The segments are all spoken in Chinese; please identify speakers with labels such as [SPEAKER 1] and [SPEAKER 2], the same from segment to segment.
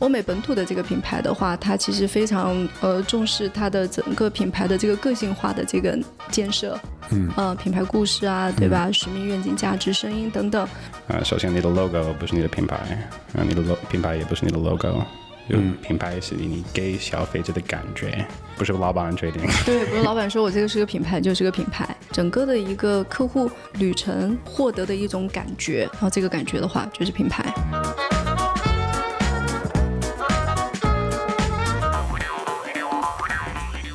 [SPEAKER 1] 欧美本土的这个品牌的话，它其实非常呃重视它的整个品牌的这个个性化的这个建设，
[SPEAKER 2] 嗯，
[SPEAKER 1] 呃，品牌故事啊，对吧？使命、愿景、价值、声音等等，
[SPEAKER 3] 呃，首先你的 logo 不是你的品牌，啊，你的 lo 品牌也不是你的 logo。嗯，品牌是你给消费者的感觉，不是老板决定。
[SPEAKER 1] 对，不是老板说我这个是个品牌，就是个品牌，整个的一个客户旅程获得的一种感觉，然后这个感觉的话就是品牌。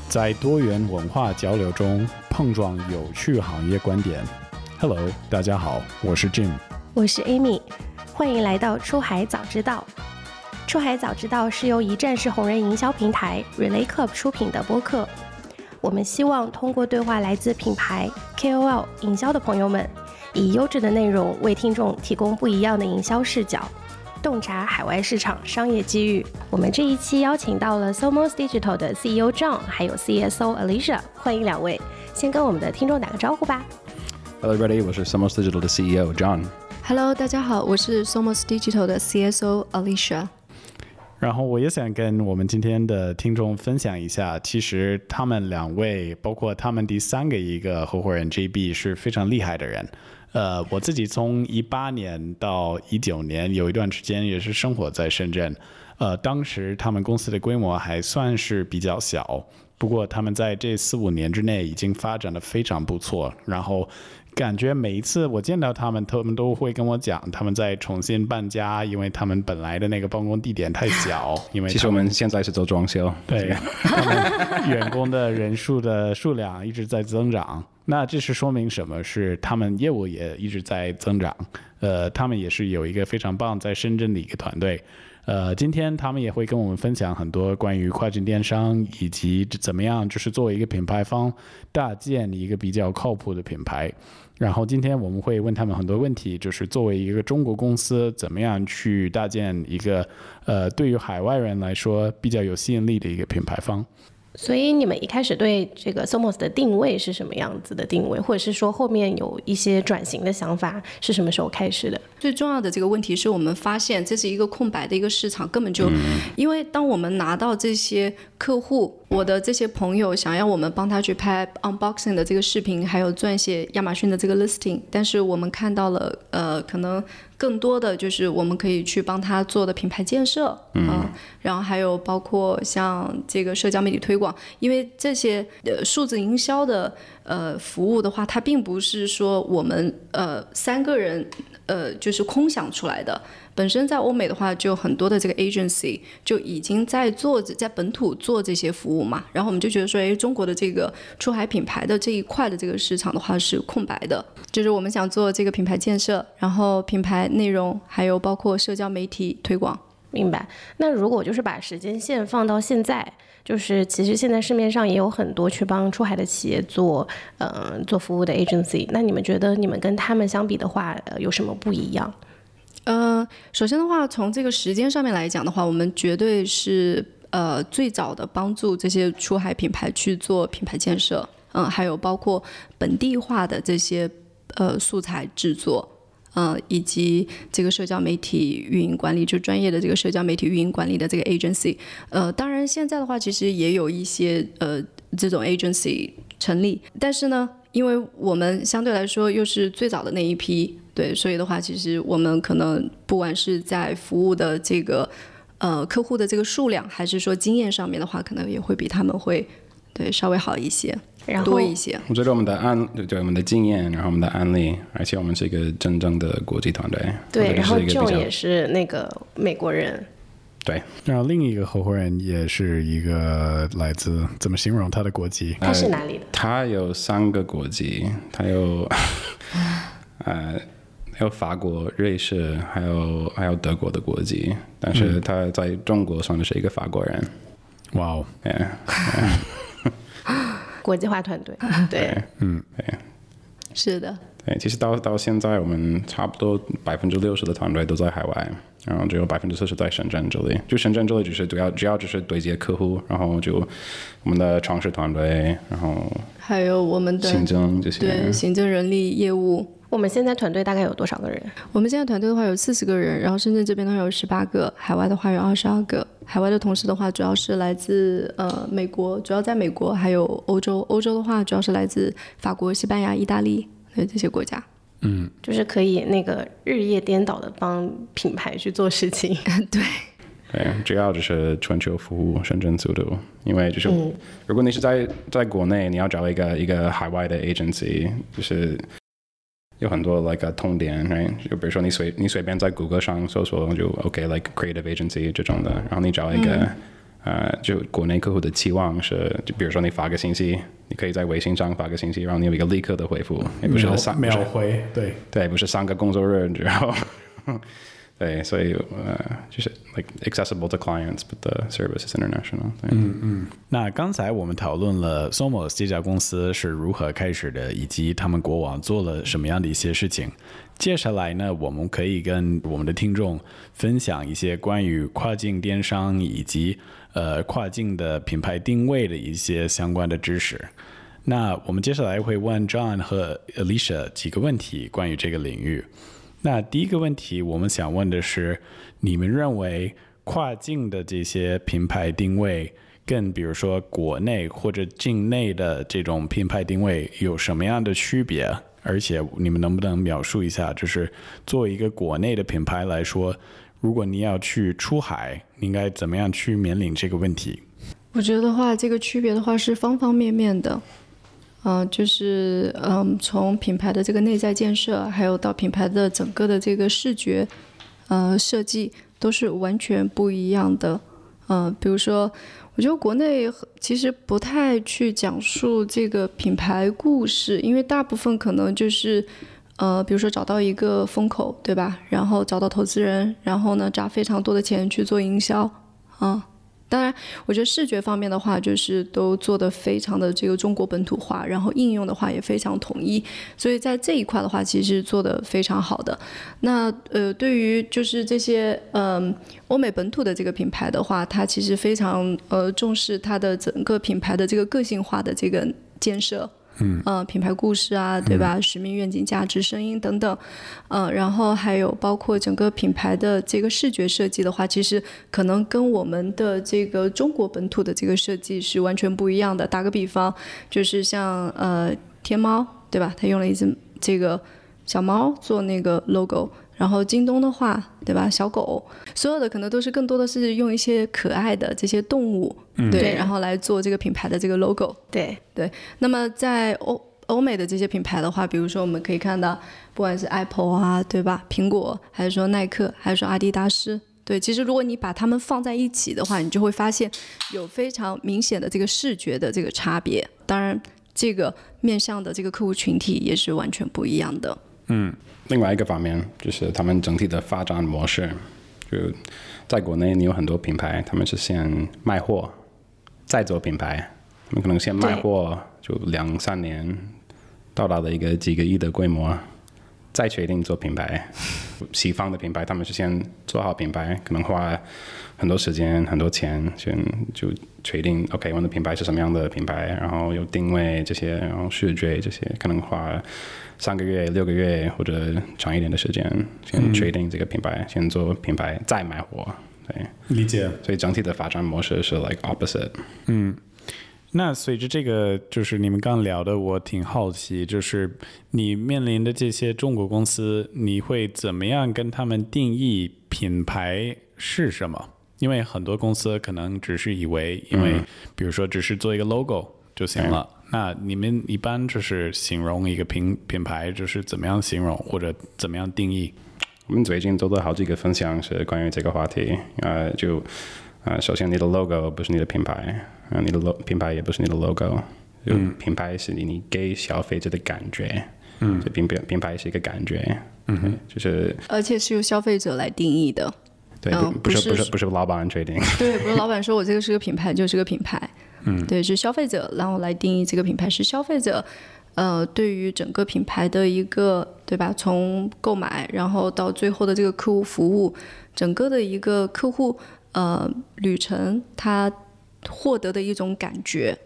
[SPEAKER 2] 在多元文化交流中碰撞有趣行业观点。Hello，大家好，我是 Jim。
[SPEAKER 4] 我是 Amy，欢迎来到出海早知道。出海早知道是由一站式红人营销平台 Relay Club 出品的播客。我们希望通过对话来自品牌、KOL、营销的朋友们，以优质的内容为听众提供不一样的营销视角，洞察海外市场商业机遇。我们这一期邀请到了 Somos Digital 的 CEO John，还有 CSO Alicia，欢迎两位。先跟我们的听众打个招呼吧。
[SPEAKER 3] Hello everybody，我是 Somos Digital 的 CEO John。
[SPEAKER 1] Hello，大家好，我是 Somos Digital 的 CSO Alicia。
[SPEAKER 2] 然后我也想跟我们今天的听众分享一下，其实他们两位，包括他们第三个一个合伙人 JB 是非常厉害的人。呃，我自己从一八年到一九年有一段时间也是生活在深圳，呃，当时他们公司的规模还算是比较小，不过他们在这四五年之内已经发展的非常不错，然后感觉每一次我见到他们，他们都会跟我讲，他们在重新搬家，因为他们本来的那个办公地点太小，因为
[SPEAKER 3] 其实
[SPEAKER 2] 他
[SPEAKER 3] 我们现在是做装修，
[SPEAKER 2] 对， 他们员工的人数的数量一直在增长。那这是说明什么？是他们业务也一直在增长。呃，他们也是有一个非常棒在深圳的一个团队。呃，今天他们也会跟我们分享很多关于跨境电商以及怎么样，就是作为一个品牌方搭建一个比较靠谱的品牌。然后今天我们会问他们很多问题，就是作为一个中国公司，怎么样去搭建一个呃，对于海外人来说比较有吸引力的一个品牌方。
[SPEAKER 4] 所以你们一开始对这个 Somos 的定位是什么样子的定位，或者是说后面有一些转型的想法是什么时候开始的？
[SPEAKER 1] 最重要的这个问题是我们发现这是一个空白的一个市场，根本就，因为当我们拿到这些客户，我的这些朋友想要我们帮他去拍 unboxing 的这个视频，还有撰写亚马逊的这个 listing，但是我们看到了，呃，可能更多的就是我们可以去帮他做的品牌建设，嗯、然后还有包括像这个社交媒体推广，因为这些呃数字营销的呃服务的话，它并不是说我们呃三个人呃就是空想出来的。本身在欧美的话，就很多的这个 agency 就已经在做在本土做这些服务嘛，然后我们就觉得说，哎，中国的这个出海品牌的这一块的这个市场的话是空白的，就是我们想做这个品牌建设，然后品牌内容，还有包括社交媒体推广。
[SPEAKER 4] 明白。那如果就是把时间线放到现在，就是其实现在市面上也有很多去帮出海的企业做，呃，做服务的 agency。那你们觉得你们跟他们相比的话，呃，有什么不一样？
[SPEAKER 1] 呃，首先的话，从这个时间上面来讲的话，我们绝对是呃最早的帮助这些出海品牌去做品牌建设，嗯、还有包括本地化的这些呃素材制作，嗯、以及这个社交媒体运营管理，就专业的这个社交媒体运营管理的这个 agency，呃，当然现在的话，其实也有一些呃这种 agency 成立，但是呢，因为我们相对来说又是最早的那一批，对，所以的话，其实我们可能不管是在服务的这个呃客户的这个数量，还是说经验上面的话，可能也会比他们会对稍微好一些，
[SPEAKER 4] 然后
[SPEAKER 1] 多一些。
[SPEAKER 3] 我觉得我们的案，对我们的经验，然后我们的案例，而且我们是一个真正的国际团队，我
[SPEAKER 4] 对，
[SPEAKER 3] 觉得
[SPEAKER 4] 然后
[SPEAKER 3] 是一个
[SPEAKER 4] John
[SPEAKER 3] 比较
[SPEAKER 4] 也是那个美国人，
[SPEAKER 3] 对，
[SPEAKER 2] 然后另一个合伙人也是一个来自怎么形容他的国籍？
[SPEAKER 4] 他是哪里的？
[SPEAKER 3] 他有三个国籍，他有 呃有法国、瑞士，还有还有德国的国籍，但是他在中国算的是一个法国人。
[SPEAKER 2] 哇哦，
[SPEAKER 3] Yeah. 哎
[SPEAKER 4] 国际化团队，对。
[SPEAKER 1] 是的，
[SPEAKER 3] 对，其实到到现在，我们差不多百分之六十的团队都在海外，然后只有百分之四十在深圳这里。就深圳这里，只是主要主要只是对接客户，然后就我们的创始团队，然后
[SPEAKER 1] 还有我们的
[SPEAKER 3] 行政这些
[SPEAKER 1] 对。行政人力业务。
[SPEAKER 5] 我们现在团队大概有多少个人？
[SPEAKER 1] 我们现在团队的话有四十个人，然后深圳这边的话有十八个，海外的话有二十二个。海外的同事的话，主要是来自呃美国，主要在美国，还有欧洲。欧洲的话，主要是来自法国、西班牙、意大利，对这些国家。
[SPEAKER 5] 就是可以那个日夜颠倒的帮品牌去做事情。
[SPEAKER 1] 对，
[SPEAKER 3] 对，主要就是全球服务深圳速度，因为
[SPEAKER 4] 嗯
[SPEAKER 3] 就是、如果你是在在国内，你要找一个一个海外的 agency，就是有很多 like 痛点，right？就比如说你随你随便在谷歌上搜索就 OK，like、creative agency 这种的，然后你找一个、呃，就国内客户的期望是，就比如说你发个信息，你可以在微信上发个信息，然后你有一个立刻的回复，也哎不是三不是
[SPEAKER 2] 秒回，对，
[SPEAKER 3] 对，不是三个工作日之后， 对，所以呃，就是 like accessible to clients, but the service is international 对。
[SPEAKER 2] 那刚才我们讨论了 Somos 这家公司是如何开始的，以及他们过往做了什么样的一些事情。接下来呢，我们可以跟我们的听众分享一些关于跨境电商以及呃跨境的品牌定位的一些相关的知识。那我们接下来会问 John 和 Alicia 几个问题关于这个领域。那第一个问题，我们想问的是，你们认为跨境的这些品牌定位，跟比如说国内或者境内的这种品牌定位有什么样的区别？而且你们能不能描述一下，就是作为一个国内的品牌来说，如果你要去出海，你应该怎么样去面临这个问题？
[SPEAKER 1] 我觉得的话，这个区别的话是方方面面的，嗯、就是嗯、从品牌的这个内在建设，还有到品牌的整个的这个视觉，呃，设计都是完全不一样的。呃，比如说，我觉得国内和其实不太去讲述这个品牌故事，因为大部分可能就是。呃，比如说找到一个风口，对吧？然后找到投资人，然后呢，砸非常多的钱去做营销，啊、当然，我觉得视觉方面的话，就是都做得非常的这个中国本土化，然后应用的话也非常统一，所以在这一块的话，其实做得非常好的。那呃，对于就是这些嗯、欧美本土的这个品牌的话，它其实非常呃重视它的整个品牌的这个个性化的这个建设。嗯，呃，品牌故事啊，对吧？使命、愿景、价值、声音等等，呃，然后还有包括整个品牌的这个视觉设计的话，其实可能跟我们的这个中国本土的这个设计是完全不一样的。打个比方，就是像呃天猫，对吧？它用了一只这个小猫做那个 logo。然后京东的话，对吧？小狗，所有的可能都是更多的是用一些可爱的这些动物，对，
[SPEAKER 5] 对
[SPEAKER 1] 然后来做这个品牌的这个 logo。
[SPEAKER 5] 对，
[SPEAKER 1] 对，那么在欧欧美的这些品牌的话，比如说我们可以看到，不管是 Apple 啊，对吧？苹果，还是说耐克，还是说阿迪达斯，对，其实如果你把它们放在一起的话，你就会发现有非常明显的这个视觉的这个差别。当然，这个面向的这个客户群体也是完全不一样的。
[SPEAKER 3] 另外一个方面就是他们整体的发展模式，就在国内你有很多品牌，他们是先卖货，再做品牌，他们可能先卖货，就两三年到达了一个几个亿的规模，再决定做品牌。西方的品牌他们是先做好品牌，可能花很多时间、很多钱，先就决定 OK 我们的品牌是什么样的品牌，然后有定位这些，然后视觉这些，可能花三个月、六个月或者长一点的时间，先确定这个品牌，先做品牌，再买货。对，
[SPEAKER 2] 理解。
[SPEAKER 3] 所以整体的发展模式是 like opposite。
[SPEAKER 2] 那随着这个，就是你们刚聊的，我挺好奇，就是你面临的这些中国公司，你会怎么样跟他们定义品牌是什么？因为很多公司可能只是以为，因为比如说只是做一个 logo 就行了。那你们一般就是形容一个品品牌，就是怎么样形容或者怎么样定义？
[SPEAKER 3] 我们最近做了好几个分享是关于这个话题，呃，就呃，首先你的 logo 不是你的品牌，呃，你的 lo 品牌也不是你的 logo，就品牌是你你给消费者的感觉，嗯，这品牌品牌是一个感觉，嗯，就是
[SPEAKER 1] 而且是由消费者来定义的。
[SPEAKER 3] 对，
[SPEAKER 1] 嗯
[SPEAKER 3] 哦不不是
[SPEAKER 1] 不
[SPEAKER 3] 不
[SPEAKER 1] 是
[SPEAKER 3] 是不是老板决定，
[SPEAKER 1] 对，不是老板说我这个是个品牌，就是个品牌。嗯，对，是消费者，然后来定义这个品牌是消费者，呃，对于整个品牌的一个对吧，从购买然后到最后的这个客户服务，整个的一个客户呃旅程，他获得的一种感觉，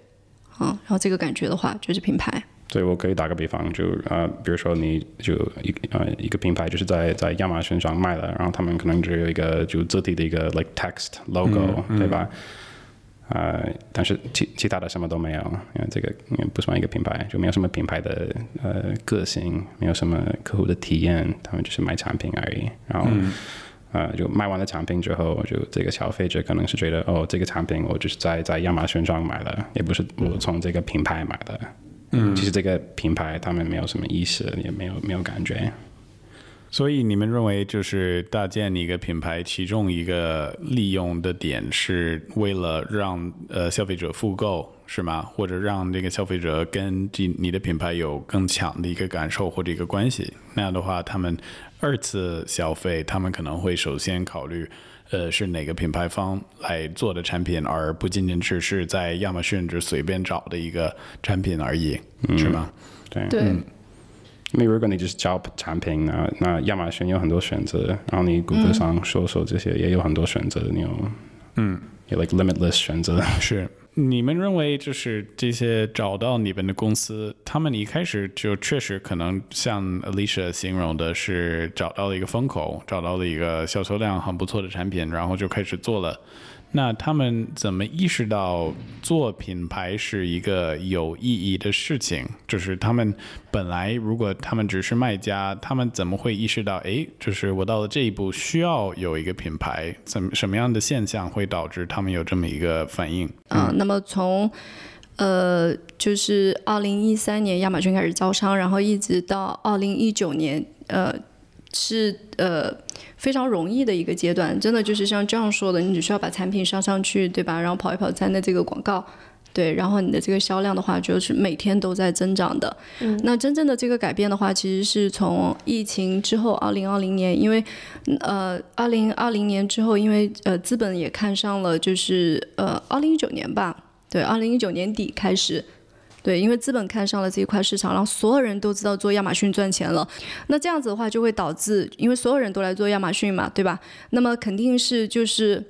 [SPEAKER 1] 嗯，然后这个感觉的话就是品牌，
[SPEAKER 3] 所以我可以打个比方，就啊、呃比如说你就一呃一个品牌就是在在亚马逊上卖了，然后他们可能只有一个就字体的一个 like text logo，、对吧？啊、但是其其他的什么都没有，因为这个因为不算一个品牌，就没有什么品牌的呃个性，没有什么客户的体验，他们就是卖产品而已。然后、呃，就卖完了产品之后，就这个消费者可能是觉得哦，这个产品我就是在在亚马逊上买的，也不是我从这个品牌买的。嗯，其实这个品牌他们没有什么意识，也没有没有感觉。
[SPEAKER 2] 所以你们认为，就是搭建一个品牌，其中一个利用的点是为了让呃消费者复购，是吗？或者让这个消费者跟这你的品牌有更强的一个感受或者一个关系？那样的话，他们二次消费，他们可能会首先考虑。呃，是哪个品牌方来做的产品，而不仅仅只是在亚马逊就随便找的一个产品而已，是吗？
[SPEAKER 3] 对，
[SPEAKER 1] 对，
[SPEAKER 3] 因为如果你就是找产品呢，那亚马逊有很多选择，然后你谷歌上搜索这些也有很多选择，你有嗯，有 like limitless 选 择。
[SPEAKER 2] 是，你们认为就是这些找到你们的公司，他们一开始就确实可能像 Alicia 形容的是找到了一个风口，找到了一个销售量很不错的产品，然后就开始做了。那他们怎么意识到做品牌是一个有意义的事情？就是他们本来如果他们只是卖家，他们怎么会意识到？诶，就是我到了这一步需要有一个品牌，怎么什么样的现象会导致他们有这么一个反应？
[SPEAKER 1] 嗯，那么从呃，就是二零一三年亚马逊开始招商，然后一直到二零一九年，呃，是呃非常容易的一个阶段。真的就是像这样说的，你只需要把产品上上去，对吧？然后跑一跑站的这个广告。对，然后你的这个销量的话，就是每天都在增长的。嗯、那真正的这个改变的话，其实是从疫情之后，二零二零年，因为呃，二零二零年之后，因为呃，资本也看上了，就是呃，二零一九年吧，对，二零一九年底开始，对，因为资本看上了这一块市场，然后所有人都知道做亚马逊赚钱了，那这样子的话就会导致，因为所有人都来做亚马逊嘛，对吧？那么肯定是就是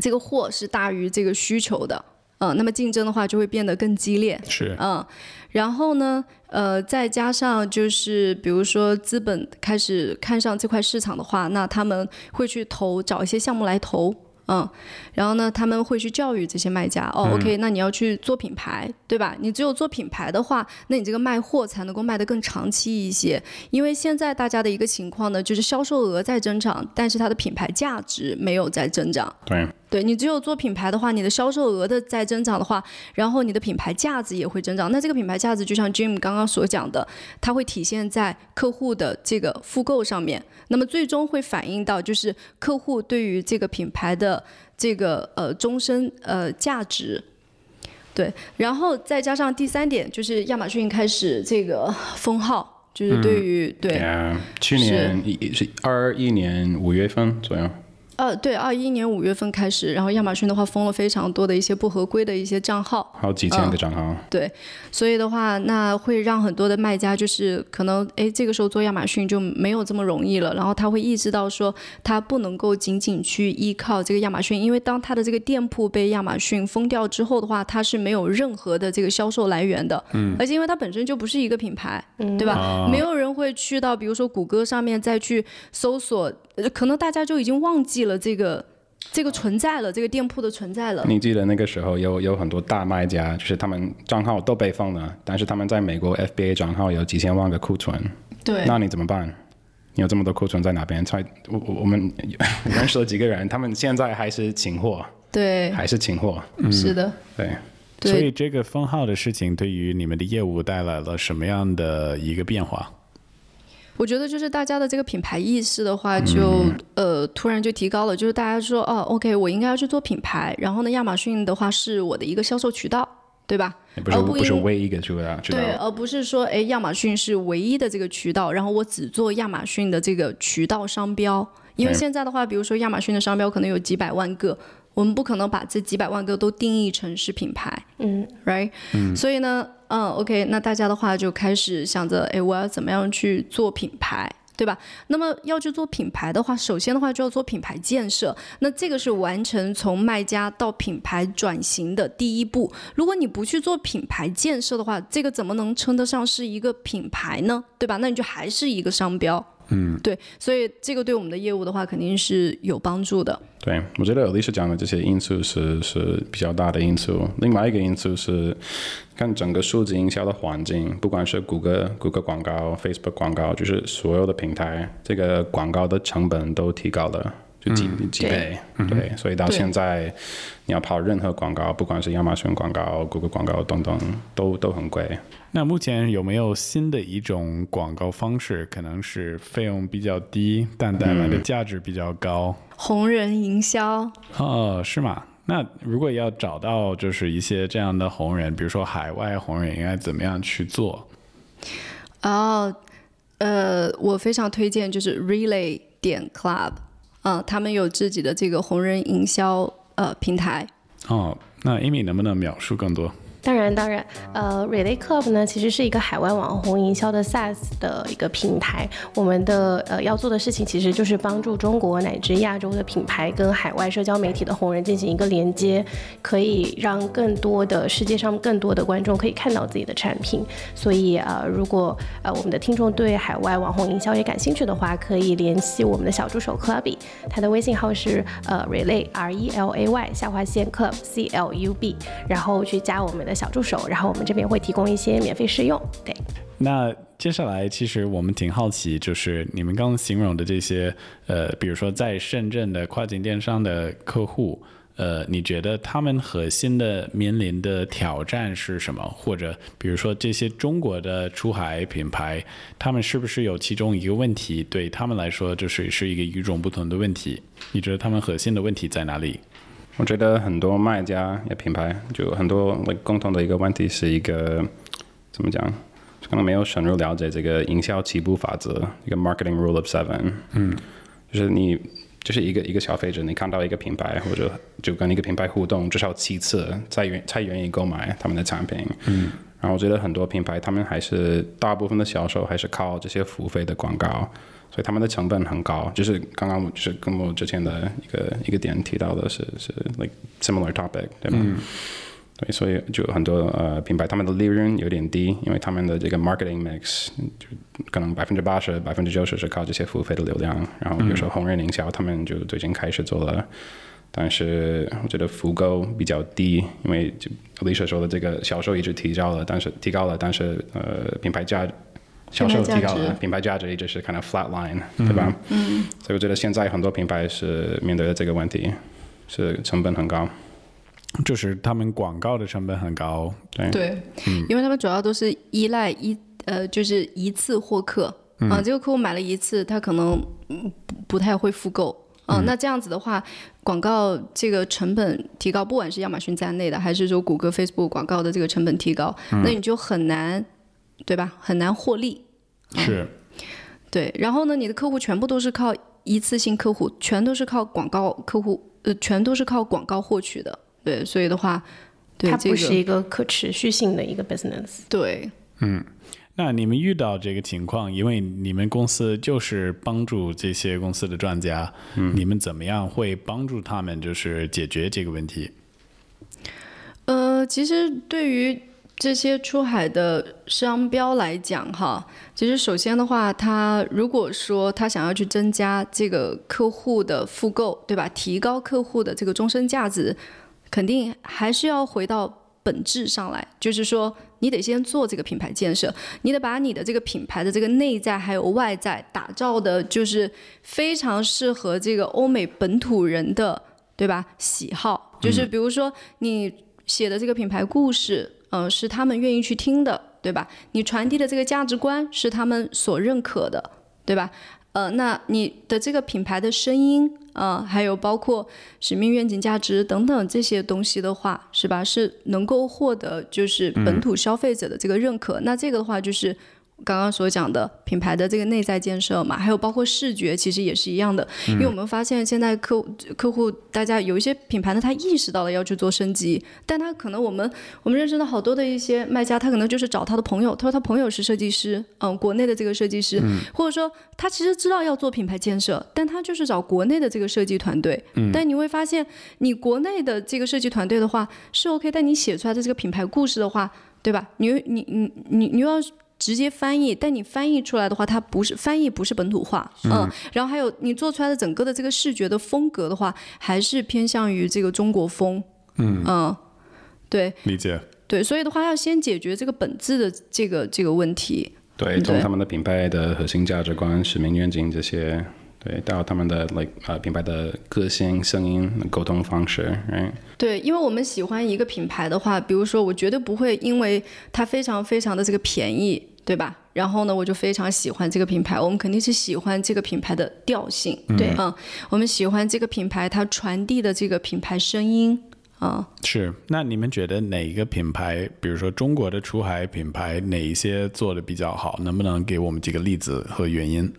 [SPEAKER 1] 这个货是大于这个需求的，嗯，那么竞争的话就会变得更激烈，
[SPEAKER 2] 是
[SPEAKER 1] 嗯，然后呢，呃，再加上就是比如说资本开始看上这块市场的话，那他们会去投找一些项目来投。嗯，然后呢，他们会去教育这些卖家哦、o k 那你要去做品牌，对吧？你只有做品牌的话，那你这个卖货才能够卖得更长期一些。因为现在大家的一个情况呢，就是销售额在增长，但是它的品牌价值没有在增长。
[SPEAKER 3] 对，
[SPEAKER 1] 对你只有做品牌的话，你的销售额的在增长的话，然后你的品牌价值也会增长。那这个品牌价值就像 Jim 刚刚所讲的，它会体现在客户的这个复购上面，那么最终会反映到就是客户对于这个品牌的这个呃终身呃价值。对，然后再加上第三点，就是亚马逊开始这个封号，就是对于、对
[SPEAKER 3] 呀，去年一是二一年五月份左右，
[SPEAKER 1] 呃，对，二一年五月份开始，然后亚马逊的话封了非常多的一些不合规的一些账号，
[SPEAKER 3] 好几千个账号。
[SPEAKER 1] 对，所以的话，那会让很多的卖家就是可能，哎，这个时候做亚马逊就没有这么容易了，然后他会意识到说，他不能够仅仅去依靠这个亚马逊，因为当他的这个店铺被亚马逊封掉之后的话，他是没有任何的这个销售来源的，嗯，而且因为它本身就不是一个品牌，对吧？没有人会去到比如说谷歌上面再去搜索，呃可能大家就已经忘记了这个这个存在了，这个店铺的存在了。
[SPEAKER 3] 你记得那个时候有有很多大卖家，就是他们账号都被封了，但是他们在美国 FBA 账号有几千万个库存，
[SPEAKER 1] 对
[SPEAKER 3] 那你怎么办？你有这么多库存在哪边？才我我我们 认识了几个人，他们现在还是请货，
[SPEAKER 1] 对，
[SPEAKER 3] 还是请货，
[SPEAKER 1] 是的，
[SPEAKER 3] 对。
[SPEAKER 1] 对
[SPEAKER 2] 所以这个封号的事情对于你们的业务带来了什么样的一个变化？
[SPEAKER 1] 我觉得就是大家的这个品牌意识的
[SPEAKER 3] 嗯
[SPEAKER 1] 话就，呃突然就提高了，就是大家说哦，OK，我应该要去做品牌，然后呢，亚马逊的话是我的一个销售渠道，对吧？
[SPEAKER 3] 不是
[SPEAKER 1] 而哦不
[SPEAKER 3] 不是
[SPEAKER 1] 应
[SPEAKER 3] 唯一一个渠道，知道
[SPEAKER 1] 对，而不是说哎，亚马逊是唯一的这个渠道，然后我只做亚马逊的这个渠道商标，因为
[SPEAKER 3] 对
[SPEAKER 1] 现在的话，比如说亚马逊的商标可能有几百万个，我们不可能把这几百万个都定义成是品牌
[SPEAKER 5] 嗯
[SPEAKER 1] ，right？、所以呢，嗯，OK，那大家的话就开始想着，哎，我要怎么样去做品牌，对吧？那么要去做品牌的话，首先的话就要做品牌建设，那这个是完成从卖家到品牌转型的第一步。如果你不去做品牌建设的话，这个怎么能称得上是一个品牌呢？对吧？那你就还是一个商标。嗯，对，所以这个对我们的业务的话，肯定是有帮助的。
[SPEAKER 3] 对，我觉得历史讲的这些因素是是比较大的因素。另外一个因素是看整个数字营销的环境，不管是谷歌、谷歌广告、Facebook 广告，就是所有的平台，这个广告的成本都提高了。就几、几倍，对，所以到
[SPEAKER 1] 对
[SPEAKER 3] 现在，你要跑任何广告，不管是亚马逊广告、谷歌广告等等，都都很贵。
[SPEAKER 2] 那目前有没有新的一种广告方式，可能是费用比较低，但带来的价值比较高？
[SPEAKER 1] 红人营销，
[SPEAKER 2] 哦，是吗？那如果要找到就是一些这样的红人，比如说海外红人，应该怎么样去做？
[SPEAKER 1] 哦，呃，我非常推荐就是 Relay 点 Club，嗯、他们有自己的这个红人营销呃平台。
[SPEAKER 2] 哦，那 Amy 能不能描述更多？
[SPEAKER 5] 当然，当然，呃，Relay Club 呢，其实是一个海外网红营销的 SaaS 的一个平台。我们的呃要做的事情，其实就是帮助中国乃至亚洲的品牌跟海外社交媒体的红人进行一个连接，可以让更多的世界上更多的观众可以看到自己的产品。所以，呃，如果呃我们的听众对海外网红营销也感兴趣的话，可以联系我们的小助手 Clubby，他的微信号是呃 Relay R E L A Y 下划线 Club C L U B，然后去加我们的小助手，然后我们这边会提供一些免费试用。对，
[SPEAKER 2] 那接下来，其实我们挺好奇，就是你们刚刚形容的这些，呃，比如说在深圳的跨境电商的客户，呃，你觉得他们核心的面临的挑战是什么？或者，比如说这些中国的出海品牌，他们是不是有其中一个问题对他们来说，就是是一个与众不同的问题？你觉得他们核心的问题在哪里？
[SPEAKER 3] 我觉得很多卖家也品牌，就很多 like, 共同的一个问题是一个怎么讲，就可能没有深入了解这个营销起步法则，一个 marketing rule of seven。嗯，就是你就是一个一个消费者，你看到一个品牌或者就跟一个品牌互动至少七次，才愿才愿意购买他们的产品。嗯。然后我觉得很多品牌，他们还是大部分的销售还是靠这些付费的广告，所以他们的成本很高。就是刚刚我就是跟我之前的一个一个点提到的是是 like similar topic，对吧？对，所以就很多呃品牌他们的利润有点低，因为他们的这个 marketing mix 就可能百分之八十、百分之九十是靠这些付费的流量，然后比如说红人营销，他们就最近开始做了。但是我觉得复购比较低，因为就 Lisa 说的这个销售一直提高了，但是提高了，但是呃品牌价销售提高
[SPEAKER 1] 品牌价
[SPEAKER 3] 了
[SPEAKER 1] 值，
[SPEAKER 3] 品牌价值一直是 kind of flat line，、对吧？嗯。所以我觉得现在很多品牌是面对的这个问题，是成本很高。
[SPEAKER 2] 就是他们广告的成本很高，
[SPEAKER 1] 对，因为他们主要都是依赖一呃，就是一次获客啊，这个客户买了一次，他可能嗯不不太会复购。啊。那这样子的话，广告这个成本提高，不管是亚马逊在内的，还是说谷歌、Facebook 广告的这个成本提高，那你就很难，对吧？很难获利。
[SPEAKER 2] 是。
[SPEAKER 1] 对，然后呢，你的客户全部都是靠一次性客户，全都是靠广告客户，呃，全都是靠广告获取的。对，所以的话，对
[SPEAKER 5] 它
[SPEAKER 1] 这
[SPEAKER 5] 不
[SPEAKER 1] 个
[SPEAKER 5] 是一个可持续性的一个 business。
[SPEAKER 1] 对
[SPEAKER 2] 那你们遇到这个情况，因为你们公司就是帮助这些公司的专家，你们怎么样会帮助他们就是解决这个问题？
[SPEAKER 1] 呃，其实对于这些出海的商标来讲，哈，其实首先的话，他如果说他想要去增加这个客户的复购，对吧？提高客户的这个终身价值，肯定还是要回到本质上来，就是说，你得先做这个品牌建设，你得把你的这个品牌的这个内在还有外在打造的，就是非常适合这个欧美本土人的，对吧？喜好，就是比如说你写的这个品牌故事，呃，是他们愿意去听的，对吧？你传递的这个价值观是他们所认可的，对吧？呃，那你的这个品牌的声音，呃，还有包括使命、愿景、价值等等这些东西的话，是吧？是能够获得就是本土消费者的这个认可。那这个的话就是刚刚所讲的品牌的这个内在建设嘛，还有包括视觉，其实也是一样的。因为我们发现现在客户客户大家有一些品牌呢，他意识到了要去做升级，但他可能我们我们认识的好多的一些卖家，他可能就是找他的朋友，他说他朋友是设计师，嗯，国内的这个设计师，或者说他其实知道要做品牌建设，但他就是找国内的这个设计团队。但你会发现，你国内的这个设计团队的话是 OK，但你写出来的这个品牌故事的话，对吧？你你你你你又要直接翻译，但你翻译出来的话，它不是翻译不是本土化，嗯、然后还有你做出来的整个的这个视觉的风格的话，还是偏向于这个中国风，嗯对
[SPEAKER 2] 理解。
[SPEAKER 1] 对，所以的话要先解决这个本质的这个这个问题，
[SPEAKER 3] 对，从他们的品牌的核心价值观、使命、愿景这些，对，到他们的 like 呃品牌的个性、声音、沟通方式，right？
[SPEAKER 1] 对，因为我们喜欢一个品牌的话，比如说我绝对不会因为它非常非常的这个便宜，对吧？然后呢，我就非常喜欢这个品牌，我们肯定是喜欢这个品牌的调性，
[SPEAKER 5] 对
[SPEAKER 1] 嗯，我们喜欢这个品牌它传递的这个品牌声音，啊、
[SPEAKER 2] 是，那你们觉得哪一个品牌，比如说中国的出海品牌，哪一些做的比较好？能不能给我们几个例子和原因？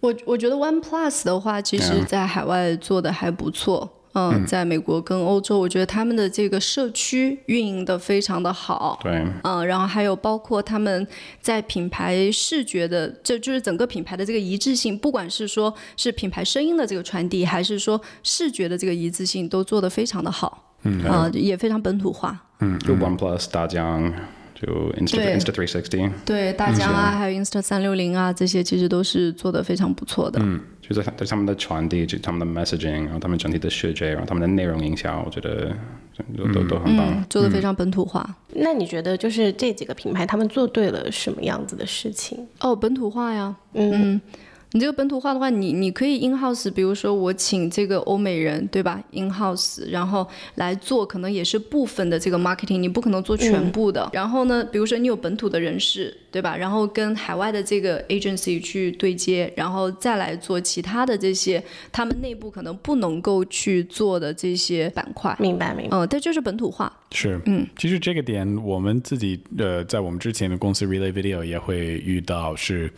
[SPEAKER 1] 我我觉得 One Plus 的话，其实在海外做的还不错。嗯，在美国跟欧洲，我觉得他们的这个社区运营的非常的好。
[SPEAKER 3] 对，
[SPEAKER 1] 嗯，然后还有包括他们在品牌视觉的，这就是整个品牌的这个一致性，不管是说是品牌声音的这个传递，还是说视觉的这个一致性，都做得非常的好。嗯，啊、也非常本土化。
[SPEAKER 3] 嗯就 OnePlus、大疆，就 Insta
[SPEAKER 1] 对
[SPEAKER 3] Insta 360，
[SPEAKER 1] 对，大疆啊，还有 Insta 三六零啊，这些其实都是做得非常不错的。嗯，
[SPEAKER 3] 就是他对他们的传递、就他们的 messaging，然后他们整体的视觉，然后他们的内容营销，我觉得都都都很棒。
[SPEAKER 1] 做得非常本土化。
[SPEAKER 5] 那你觉得就是这几个品牌他们做对了什么样子的事情？
[SPEAKER 1] 哦，本土化呀，嗯。你这个本土化的话，你你可以 in house，比如说我请这个欧美人，对吧？in house，然后来做可能也是部分的这个 marketing，你不可能做
[SPEAKER 2] 嗯
[SPEAKER 1] 全部的。然后呢，比如说你有本土的人士，对吧？然后跟海外的这个 agency 去对接，然后再来做其他的这些他们内部可能不能够去做的这些板块。
[SPEAKER 5] 明白，明白。
[SPEAKER 1] 嗯，但就是本土化。
[SPEAKER 2] 是，嗯，其实这个点我们自己呃，在我们之前的公司 Relay Video 也会遇到是。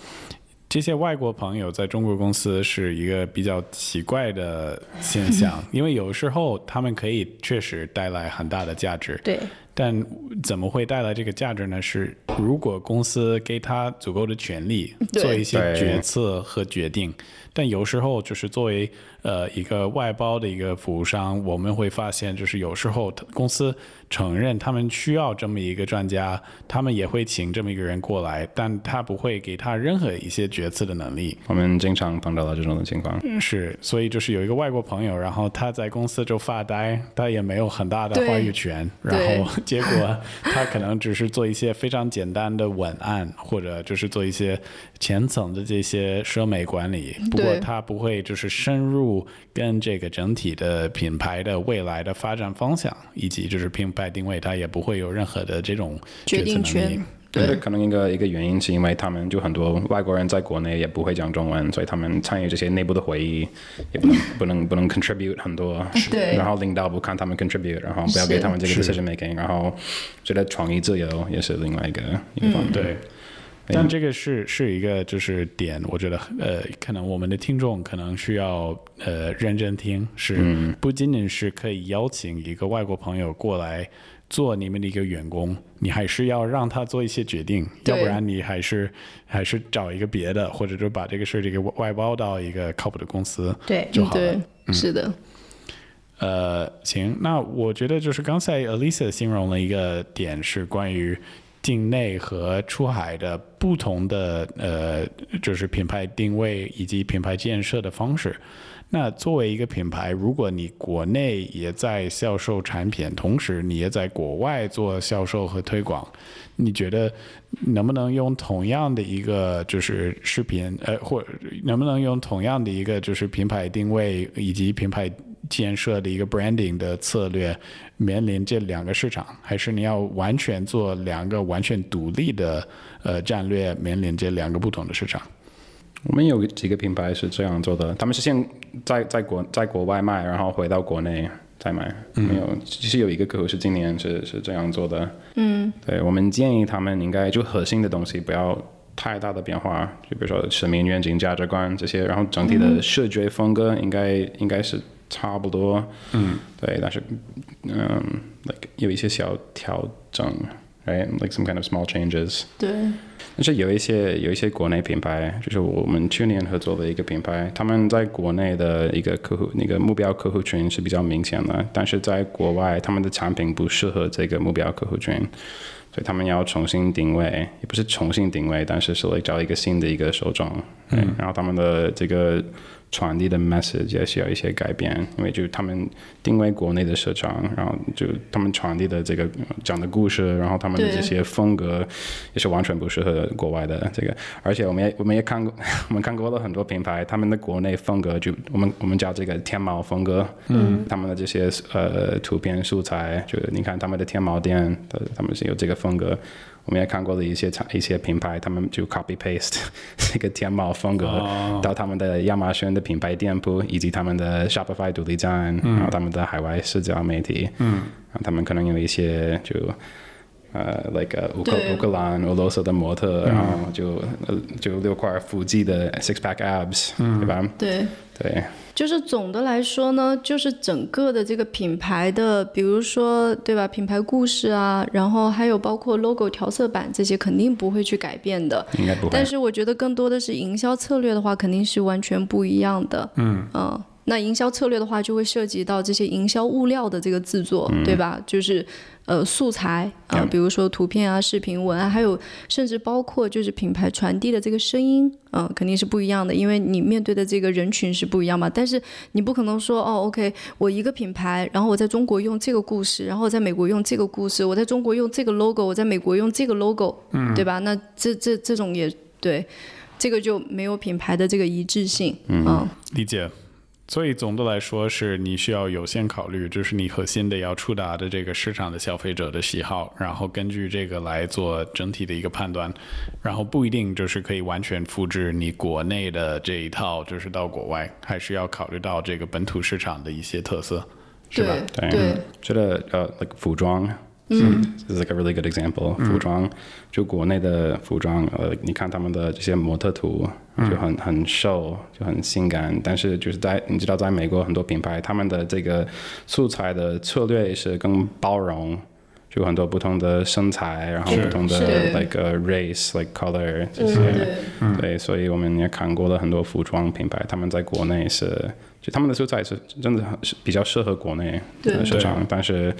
[SPEAKER 2] 这些外国朋友在中国公司是一个比较奇怪的现象，因为有时候他们可以确实带来很大的价值，
[SPEAKER 5] 对，
[SPEAKER 2] 但怎么会带来这个价值呢？是如果公司给他足够的权利
[SPEAKER 1] 对
[SPEAKER 2] 做一些
[SPEAKER 3] 对
[SPEAKER 2] 决策和决定，但有时候就是作为呃一个外包的一个服务商，我们会发现就是有时候他公司承认他们需要这么一个专家，他们也会请这么一个人过来，但他不会给他任何一些决策的能力。
[SPEAKER 3] 我们经常碰到了这种的情况。
[SPEAKER 1] 嗯
[SPEAKER 2] 是，所以就是有一个外国朋友，然后他在公司就发呆，他也没有很大的
[SPEAKER 1] 对
[SPEAKER 2] 话语权，然后 结果他可能只是做一些非常简单的文案，或者就是做一些浅层的这些社媒管理，不过
[SPEAKER 1] 对
[SPEAKER 2] 他不会就是深入跟这个整体的品牌的未来的发展方向，以及就是品牌定位，他也不会有任何的这种
[SPEAKER 1] 决
[SPEAKER 2] 策
[SPEAKER 1] 定
[SPEAKER 2] 能
[SPEAKER 1] 权
[SPEAKER 2] 力。
[SPEAKER 3] 对，可能一个一个原因是因为他们就很多外国人在国内也不会讲中文，所以他们参与这些内部的会议，也不能不能不能 contribute 很多。
[SPEAKER 1] 对
[SPEAKER 3] 然后领导不看他们 contribute，然后不要给
[SPEAKER 1] 是
[SPEAKER 3] 他们这个 decision making，然后觉得创意自由也是另外一个一个方
[SPEAKER 1] 嗯
[SPEAKER 3] 面。
[SPEAKER 2] 对，但这个是是一个就是点，我觉得呃，可能我们的听众可能需要呃认真听，是不仅仅是可以邀请一个外国朋友过来做你们的一个员工，你还是要让他做一些决定，
[SPEAKER 1] 对
[SPEAKER 2] 要不然你还是还是找一个别的，或者就把这个事儿给外外包到一个靠谱的公司。
[SPEAKER 5] 对，
[SPEAKER 2] 就好了
[SPEAKER 1] 嗯
[SPEAKER 2] 嗯
[SPEAKER 1] 对，是的。
[SPEAKER 2] 呃，行，那我觉得就是刚才 Alisa 形容了一个点，是关于境内和出海的不同的呃，就是品牌定位以及品牌建设的方式。那作为一个品牌，如果你国内也在销售产品，同时你也在国外做销售和推广，你觉得能不能用同样的一个就是视频呃，或能不能用同样的一个就是品牌定位以及品牌建设的一个 branding 的策略面临这两个市场，还是你要完全做两个完全独立的呃战略面临这两个不同的市场？
[SPEAKER 3] 我们有几个品牌是这样做的，他们是先在在国在国外卖，然后回到国内，再买，没有。其实有一个客户是今年是是这样做的，嗯，对我们建议他们应该就核心的东西不要太大的变化，就比如说使命、愿景、价值观这些，然后整体的视觉风格应该、应该是差不多，嗯，对，但是嗯，like 有一些小调整，right，like some kind of small changes。
[SPEAKER 1] 对，
[SPEAKER 3] 但是有一些有一些国内品牌，就是我们去年合作的一个品牌，他们在国内的一个客户那个目标客户群是比较明显的，但是在国外他们的产品不适合这个目标客户群，所以他们要重新定位，也不是重新定位，但是是来找一个新的一个受众，嗯，然后他们的这个传递的 message 也需要一些改变，因为就他们定位国内的市场，然后就他们传递的这个呃讲的故事，然后他们的
[SPEAKER 1] 对
[SPEAKER 3] 这些风格也是完全不适合国外的这个，而且我们也我们也看过，我们看过了很多品牌，他们的国内风格就我们我们叫这个天猫风格，嗯，他们的这些呃图片素材，就是你看他们的天猫店，他他们是有这个风格。我们也看过的一些产一些品牌，他们就 copy paste 这个天猫风格、到他们的亚马逊的品牌店铺，以及他们的 Shopify 独立站，然后他们的海外社交媒体，嗯，然后他们可能有一些就呃，like 呃乌克
[SPEAKER 1] 对
[SPEAKER 3] 乌克兰、俄罗斯的模特，然后就呃就六块腹肌的 six pack abs，、对吧？
[SPEAKER 1] 对。
[SPEAKER 3] 对，
[SPEAKER 1] 就是总的来说呢，就是整个的这个品牌的，比如说对吧，品牌故事啊，然后还有包括 logo 调色板这些，肯定不会去改变的。
[SPEAKER 3] 应该不会
[SPEAKER 1] 但。是我觉得更多的是营销策略的话，肯定是完全不一样的。嗯那营销策略的话，就会涉及到这些营销物料的这个制作，
[SPEAKER 3] 嗯
[SPEAKER 1] 对吧？就是呃素材啊、呃比如说图片啊、视频、文案，还有甚至包括就是品牌传递的这个声音，嗯、肯定是不一样的，因为你面对的这个人群是不一样嘛。但是你不可能说哦，OK，我一个品牌，然后我在中国用这个故事，然后我在美国用这个故事，我在中国用这个 logo，我在美国用这个 logo，嗯，对吧？那这这这种也对，这个就没有品牌的这个一致性，嗯。
[SPEAKER 2] 理解。所以总的来说，是你需要有限考虑，就是你核心的要触达的这个市场的消费者的喜好，然后根据这个来做整体的一个判断，然后不一定就是可以完全复制你国内的这一套，就是到国外，还是要考虑到这个本土市场的一些特色，是吧？
[SPEAKER 1] 对
[SPEAKER 3] 对，觉得呃，like 服装，嗯，is like a really good example。服装，就国内的服装，呃，你看他们的这些模特图，就很很瘦，就很性感，但是就是在你知道，在美国很多品牌，他们的这个素材的策略是更包容。就很多不同的身材，然后不同的
[SPEAKER 1] 是
[SPEAKER 3] like、race like color 这些，对，所以我们也看过了很多服装品牌，他们在国内是，就他们的素材是真的很是比较适合国内的市场，但是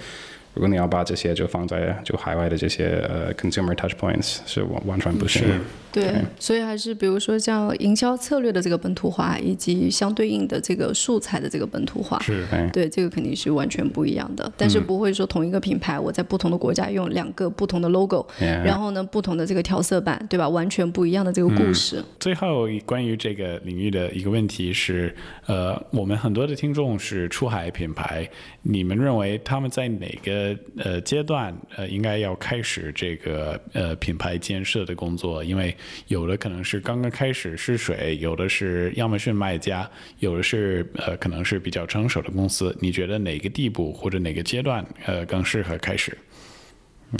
[SPEAKER 3] 如果你要把这些就放在就海外的这些呃 consumer touch points 是完完全不行的。
[SPEAKER 1] 对，所以还是比如说像营销策略的这个本土化，以及相对应的这个素材的这个本土化，
[SPEAKER 2] 是
[SPEAKER 1] 对这个肯定是完全不一样的。但是不会说同一个品牌，我在不同的国家用两个不同的 logo，、
[SPEAKER 3] Yeah
[SPEAKER 1] 然后呢不同的这个调色板，对吧？完全不一样的这个故事。
[SPEAKER 2] 最后关于这个领域的一个问题是，呃，我们很多的听众是出海品牌，你们认为他们在哪个呃阶段呃应该要开始这个呃品牌建设的工作？因为有的可能是刚刚开始试水，有的是亚马逊卖家，有的是呃可能是比较成熟的公司。你觉得哪个地步或者哪个阶段呃更适合开始？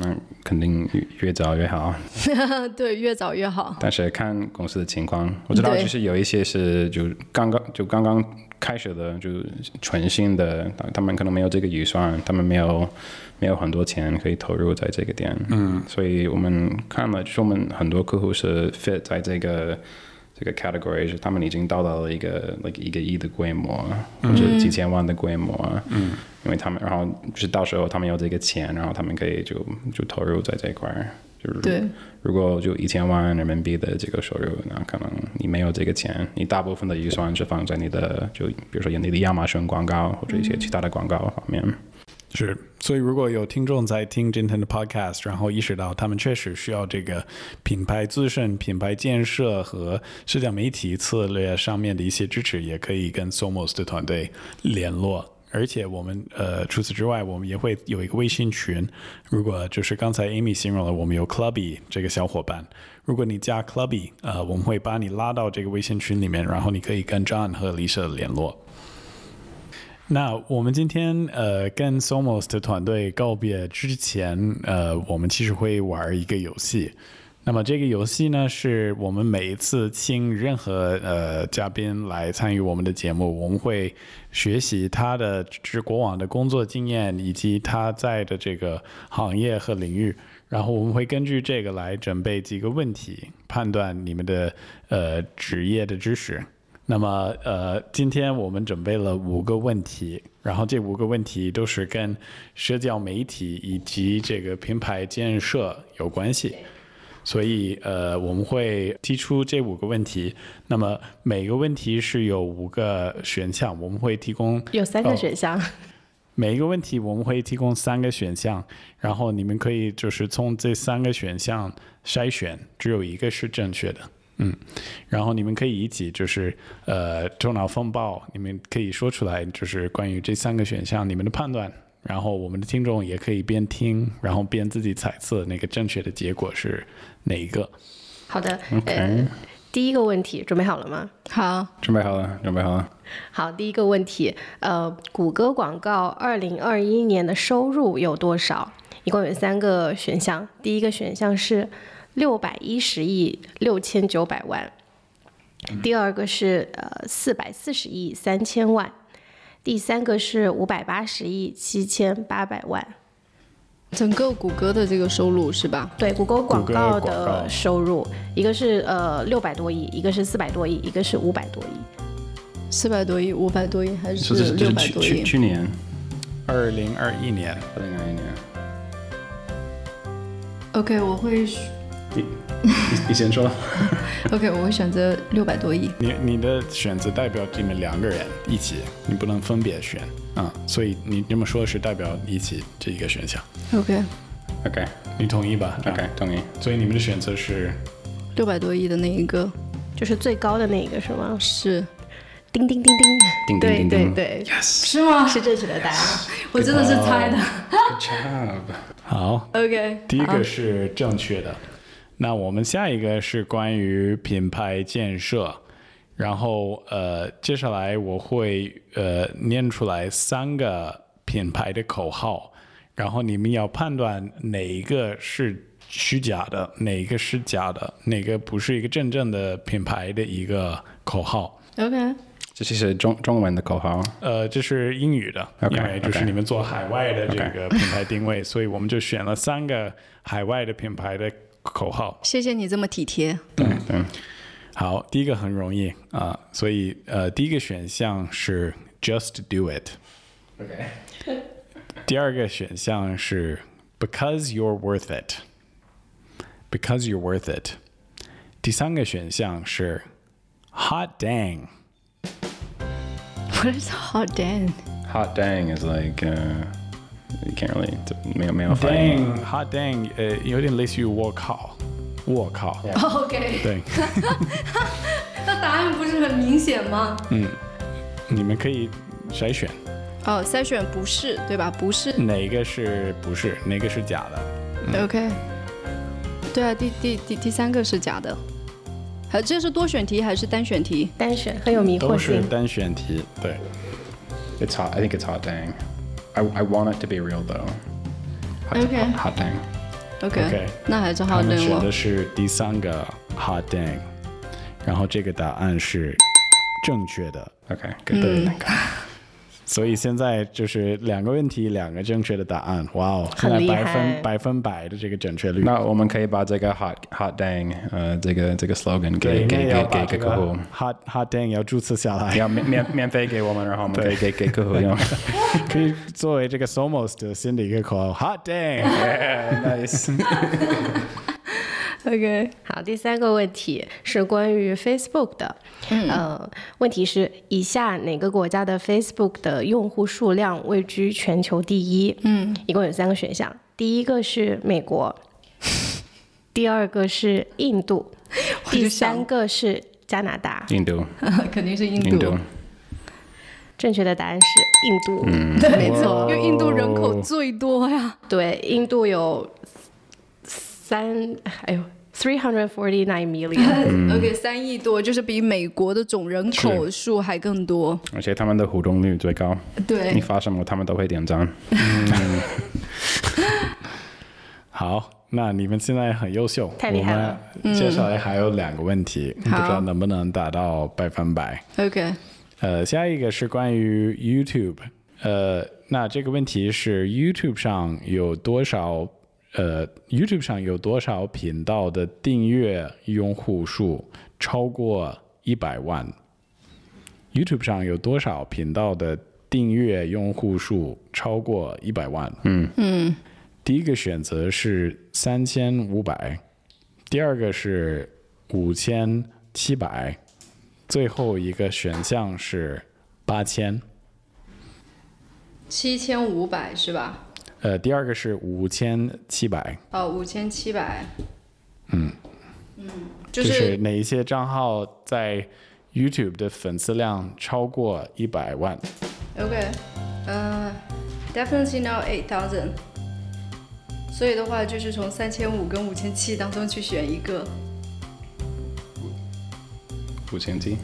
[SPEAKER 3] 嗯，肯定越越早越好，
[SPEAKER 1] 对，越早越好。
[SPEAKER 3] 但是看公司的情况，我知道
[SPEAKER 1] 对
[SPEAKER 3] 就是有一些是就刚刚就刚刚开始的，就是全新的，他他们可能没有这个预算，他们没有没有很多钱可以投入在这个点，嗯，所以我们看了，就是我们很多客户是 fit 在这个。这个 category 是他们已经到达了一个 like 一个亿的规模，或者几千万的规模，嗯，因为他们，然后就是到时候他们有这个钱，然后他们可以就就投入在这一块儿，就是
[SPEAKER 1] 对
[SPEAKER 3] 如果就一千万人民币的这个收入，那可能你没有这个钱，你大部分的预算是放在你的就比如说你的亚马逊广告或者一些其他的广告方面。
[SPEAKER 2] 是，所以如果有听众在听今天的 podcast，然后意识到他们确实需要这个品牌自身、品牌建设和社交媒体策略上面的一些支持，也可以跟 Somos 的团队联络。而且我们呃，除此之外，我们也会有一个微信群。如果就是刚才 Amy 形容了，我们有 Clubby 这个小伙伴。如果你加 Clubby，呃，我们会把你拉到这个微信群里面，然后你可以跟 John 和 Lisa 联络。那我们今天呃跟 Somos 的团队告别之前，呃，我们其实会玩一个游戏。那么这个游戏呢，是我们每一次请任何呃嘉宾来参与我们的节目，我们会学习他的就是过往的工作经验，以及他在的这个行业和领域。然后我们会根据这个来准备几个问题，判断你们的呃职业的知识。那么呃，今天我们准备了五个问题，然后这五个问题都是跟社交媒体以及这个品牌建设有关系。所以呃，我们会提出这五个问题。那么每个问题是有五个选项，我们会提供
[SPEAKER 4] 有三
[SPEAKER 2] 哦
[SPEAKER 4] 个选项，
[SPEAKER 2] 每一个问题我们会提供三个选项，然后你们可以就是从这三个选项筛选，只有一个是正确的。嗯，然后你们可以一起就是呃头脑风暴，你们可以说出来，就是关于这三个选项你们的判断。然后我们的听众也可以边听，然后边自己猜测那个正确的结果是哪一个。
[SPEAKER 4] 好的，呃，第一个问题准备好了吗？
[SPEAKER 1] 好，
[SPEAKER 3] 准备好了，准备好了。
[SPEAKER 4] 好，第一个问题，呃，谷歌广告二零二一年的收入有多少？一共有三个选项，第一个选项是六百一十亿六千九百万，第二个是呃四百四十亿三千万，第三个是五百八十亿七千八百万。
[SPEAKER 1] 整个谷歌的这个收入是吧？
[SPEAKER 4] 对，谷歌广
[SPEAKER 2] 谷歌
[SPEAKER 4] 告
[SPEAKER 2] 广
[SPEAKER 4] 的
[SPEAKER 2] 告
[SPEAKER 4] 收入，一个是呃六百多亿，一个是四百多亿，一个是五百多亿。
[SPEAKER 1] 四百多亿、五百多亿还
[SPEAKER 3] 就是是就
[SPEAKER 1] 六
[SPEAKER 3] 是
[SPEAKER 1] 百
[SPEAKER 3] 去
[SPEAKER 1] 多
[SPEAKER 3] 去
[SPEAKER 1] 亿？
[SPEAKER 3] 去年，
[SPEAKER 2] 二零二一年，
[SPEAKER 3] 二零二一年。
[SPEAKER 1] OK，我会
[SPEAKER 3] 你你你先说，
[SPEAKER 1] OK，我会选择六百多亿。
[SPEAKER 2] 你你的选择代表你们两个人一起，你不能分别选啊、所以你这么说是代表一起这一个选项，
[SPEAKER 1] OK，
[SPEAKER 3] OK
[SPEAKER 2] 你同意吧
[SPEAKER 3] OK，
[SPEAKER 2] 啊
[SPEAKER 3] 同意。
[SPEAKER 2] 所以你们的选择是
[SPEAKER 1] 六百多亿的那一个
[SPEAKER 4] 就是最高的那个是吗？
[SPEAKER 1] 是，
[SPEAKER 4] 叮叮叮
[SPEAKER 3] 叮叮
[SPEAKER 4] 叮，
[SPEAKER 3] 叮叮
[SPEAKER 4] 对对对
[SPEAKER 1] 是吗？
[SPEAKER 4] 是正确的答案。
[SPEAKER 1] 我真的是猜的。
[SPEAKER 3] Good job。
[SPEAKER 2] 好，
[SPEAKER 1] OK，
[SPEAKER 2] 第一
[SPEAKER 1] 好
[SPEAKER 3] 啊
[SPEAKER 2] 个是正确的。那我们下一个是关于品牌建设，然后呃，接下来我会呃念出来三个品牌的口号，然后你们要判断哪一个是虚假的，哪一个是假的，哪个不是一个真正的品牌的一个口号。
[SPEAKER 1] OK，
[SPEAKER 3] 这其实中中文的口号，
[SPEAKER 2] 呃，这是英语的
[SPEAKER 3] OK，
[SPEAKER 2] 因为就是
[SPEAKER 3] OK
[SPEAKER 2] 你们做海外的这个品牌定位所以我们就选了三个海外的品牌的口号。
[SPEAKER 1] 谢谢你这么体贴。
[SPEAKER 3] 对对，
[SPEAKER 2] 好，第一个很容易啊、所以呃，第一个选项是 Just Do It。OK。第 二个选项是 Because You're Worth It。Because You're Worth It。第三个选项是 Hot Dang。
[SPEAKER 1] What is hot damn？
[SPEAKER 3] Hot dang is like uh, you can't really 这没有没有反应。
[SPEAKER 2] Dang Hot Dang，呃，有点类似于我靠，我靠。
[SPEAKER 1] OK，
[SPEAKER 2] 对。
[SPEAKER 1] 那答案不是很明显吗？
[SPEAKER 2] 你们可以筛选
[SPEAKER 1] 哦，筛选不是，对吧？不是。
[SPEAKER 2] 哪个是不是，哪个是假的。
[SPEAKER 3] 嗯
[SPEAKER 1] OK，对啊，第第第第三个是假的。还这是多选题还是单选题？
[SPEAKER 4] 单选很有迷惑
[SPEAKER 2] 都是
[SPEAKER 4] 性。
[SPEAKER 2] 单选题，对。
[SPEAKER 3] It's hot. I think it's hot dang. I I want it to be real though. Hot,
[SPEAKER 1] Okay.
[SPEAKER 3] Hot, hot dang.
[SPEAKER 1] OK，,
[SPEAKER 2] OK
[SPEAKER 1] 那还是
[SPEAKER 2] 他
[SPEAKER 1] 好哦
[SPEAKER 2] 们
[SPEAKER 1] 任
[SPEAKER 2] 选的
[SPEAKER 1] 我。
[SPEAKER 2] 是第三个 hot dang，然后这个答案是正确的，
[SPEAKER 3] Okay. Good.
[SPEAKER 2] 所以现在就是两个问题，两个正确的答案，哇哦，现在
[SPEAKER 4] 很厉
[SPEAKER 2] 百分
[SPEAKER 4] 害
[SPEAKER 2] 百分百的这个准确率。
[SPEAKER 3] 那我们可以把这个 hot hot dang 呃这个这个 slogan 给
[SPEAKER 2] 对，
[SPEAKER 3] 给
[SPEAKER 2] 应该
[SPEAKER 3] 给
[SPEAKER 2] 要把
[SPEAKER 3] 给给
[SPEAKER 2] 这个
[SPEAKER 3] 客户，
[SPEAKER 2] hot hot dang 要注册下来，
[SPEAKER 3] 要免免免费给我们，然后我们可以给给客户用。
[SPEAKER 2] 可以作为这个 Somos 的新的一个口号 ，hot dang。
[SPEAKER 3] nice.
[SPEAKER 1] OK，
[SPEAKER 4] 好，第三个问题是关于 Facebook 的，嗯、呃，问题是以下哪个国家的 Facebook 的用户数量位居全球第一？嗯，一共有三个选项，第一个是美国，第二个是印度，
[SPEAKER 1] 我
[SPEAKER 4] 第
[SPEAKER 1] 就想
[SPEAKER 4] 三个是加拿大。
[SPEAKER 3] 印度，
[SPEAKER 1] 肯定是印
[SPEAKER 3] 印度，
[SPEAKER 4] 正确的答案是印度。
[SPEAKER 2] 嗯
[SPEAKER 1] 对，没错，因为印度人口最多呀。
[SPEAKER 4] 对，印度有三，哎呦， three hundred forty nine million，
[SPEAKER 1] OK，三亿多，就是比美国的总人口数还更多。
[SPEAKER 3] 而且他们的互动率最高，
[SPEAKER 1] 对
[SPEAKER 3] 你发什么他们都会点赞。
[SPEAKER 2] 好，那你们现在很优秀，
[SPEAKER 4] 太厉害了
[SPEAKER 2] 我们接下来还有两个问题，不知道
[SPEAKER 1] 好
[SPEAKER 2] 能不能达到百分百。
[SPEAKER 1] ，OK，
[SPEAKER 2] 呃，下一个是关于 YouTube，呃，那这个问题是 YouTube 上有多少呃 YouTube 上有多少频道的订阅用户数超过一百万？YouTube 上有多少频道的订阅用户数超过一百万？嗯嗯，第一个选择是三千五百，第二个是五千七百。最后一个选项是八千，
[SPEAKER 1] 七千五百是吧？
[SPEAKER 2] 呃，第二个是五千七百，
[SPEAKER 1] 哦，五千七百。嗯嗯，就
[SPEAKER 2] 就是哪一些账号在 YouTube 的粉丝量超过一百万？
[SPEAKER 1] OK，嗯、d e f i n i t e l y now eight thousand。所以的话，就是从三千五跟五千七当中去选一个。
[SPEAKER 3] 五千七，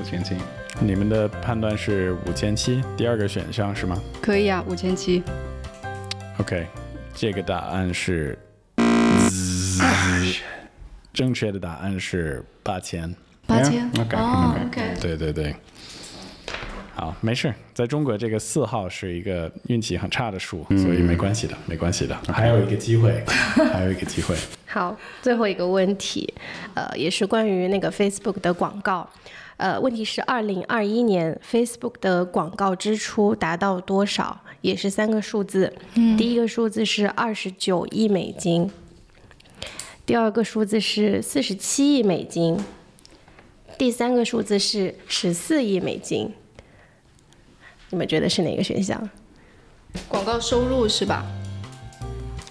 [SPEAKER 3] 五千七，
[SPEAKER 2] 你们的判断是五千七，第二个选项是吗
[SPEAKER 1] 可以啊，五千七。
[SPEAKER 2] ？OK，这个答案是，正确的答案是八千。
[SPEAKER 1] 八千
[SPEAKER 3] Yeah，OK，
[SPEAKER 1] 哦，OK，
[SPEAKER 2] 对对对，好，没事，在中国这个四号是一个运气很差的数，所以没关系的，没关系的，嗯 还有一个机会， 还有一个机会。
[SPEAKER 4] 好，最后一个问题，呃，也是关于那个 Facebook 的广告。呃，问题是二零二一年 Facebook 的广告支出达到多少？也是三个数字。第一个数字是二十九亿美金，第二个数字是四十七亿美金，第三个数字是十四亿美金。你们觉得是哪个选项？
[SPEAKER 1] 广告收入是吧？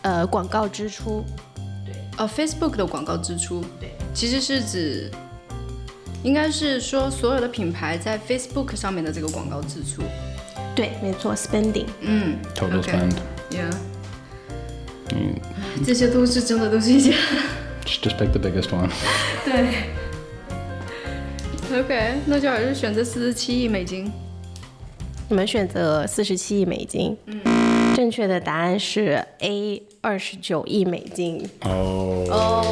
[SPEAKER 4] 呃，广告支出。
[SPEAKER 1] 哦，Facebook 的广告支出，对，其实是指，应该是说所有的品牌在 Facebook 上面的这个广告支出。
[SPEAKER 4] 对，没错，spending。
[SPEAKER 1] 嗯
[SPEAKER 3] Total
[SPEAKER 1] OK
[SPEAKER 3] spend.
[SPEAKER 1] ，Yeah，
[SPEAKER 3] You
[SPEAKER 1] 这些都是真的，都是一些
[SPEAKER 3] just pick the biggest one.
[SPEAKER 1] 对。OK，那就还是选择四十七亿美金。
[SPEAKER 4] 你们选择四十七亿美金，正确的答案是 A 二十九亿美金。
[SPEAKER 2] 哦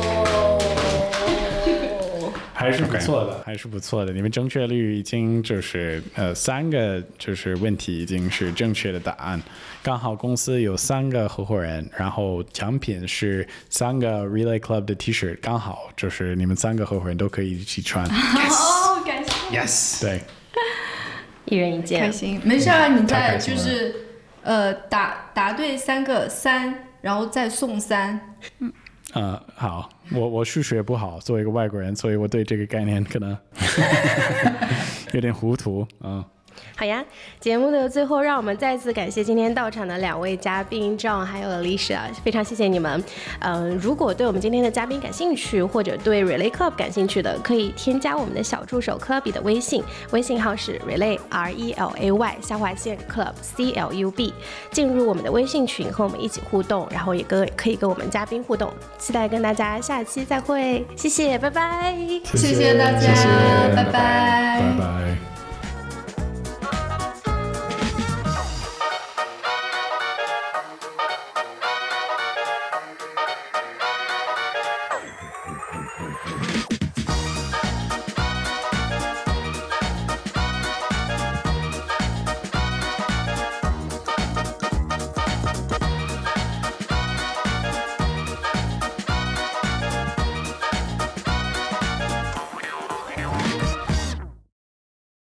[SPEAKER 2] 还是不错的还是不错的。你们正确率已经就是呃三个就是问题已经是正确的答案，刚好公司有三个合伙人，然后奖品是三个 Relay Club 的 T 恤，刚好就是你们三个合伙人都可以一起 穿。
[SPEAKER 1] 哦，感谢。
[SPEAKER 3] Yes.
[SPEAKER 2] 对，
[SPEAKER 4] 一人一
[SPEAKER 1] 开
[SPEAKER 4] 件，
[SPEAKER 1] 心，没事啊，你
[SPEAKER 3] 太
[SPEAKER 1] 再
[SPEAKER 3] 开心
[SPEAKER 1] 就
[SPEAKER 3] 了
[SPEAKER 1] 是呃答答对三个三，然后再送三。
[SPEAKER 2] 呃，好，我我数学不好，作为一个外国人，所以我对这个概念可能 有点糊涂。嗯，
[SPEAKER 4] 好呀。节目的最后，让我们再次感谢今天到场的两位嘉宾 John 还有 Alicia，非常谢谢你们。嗯、如果对我们今天的嘉宾感兴趣，或者对 Relay Club 感兴趣的，可以添加我们的小助手 Clubby 的微信，微信号是 Relay R E L A Y 下划线 Club C L U B，进入我们的微信群和我们一起互动，然后也跟可以跟我们嘉宾互动。期待跟大家下期再会，谢谢，拜拜。
[SPEAKER 1] 谢谢大家，
[SPEAKER 2] 谢谢
[SPEAKER 1] 拜拜
[SPEAKER 2] 拜拜。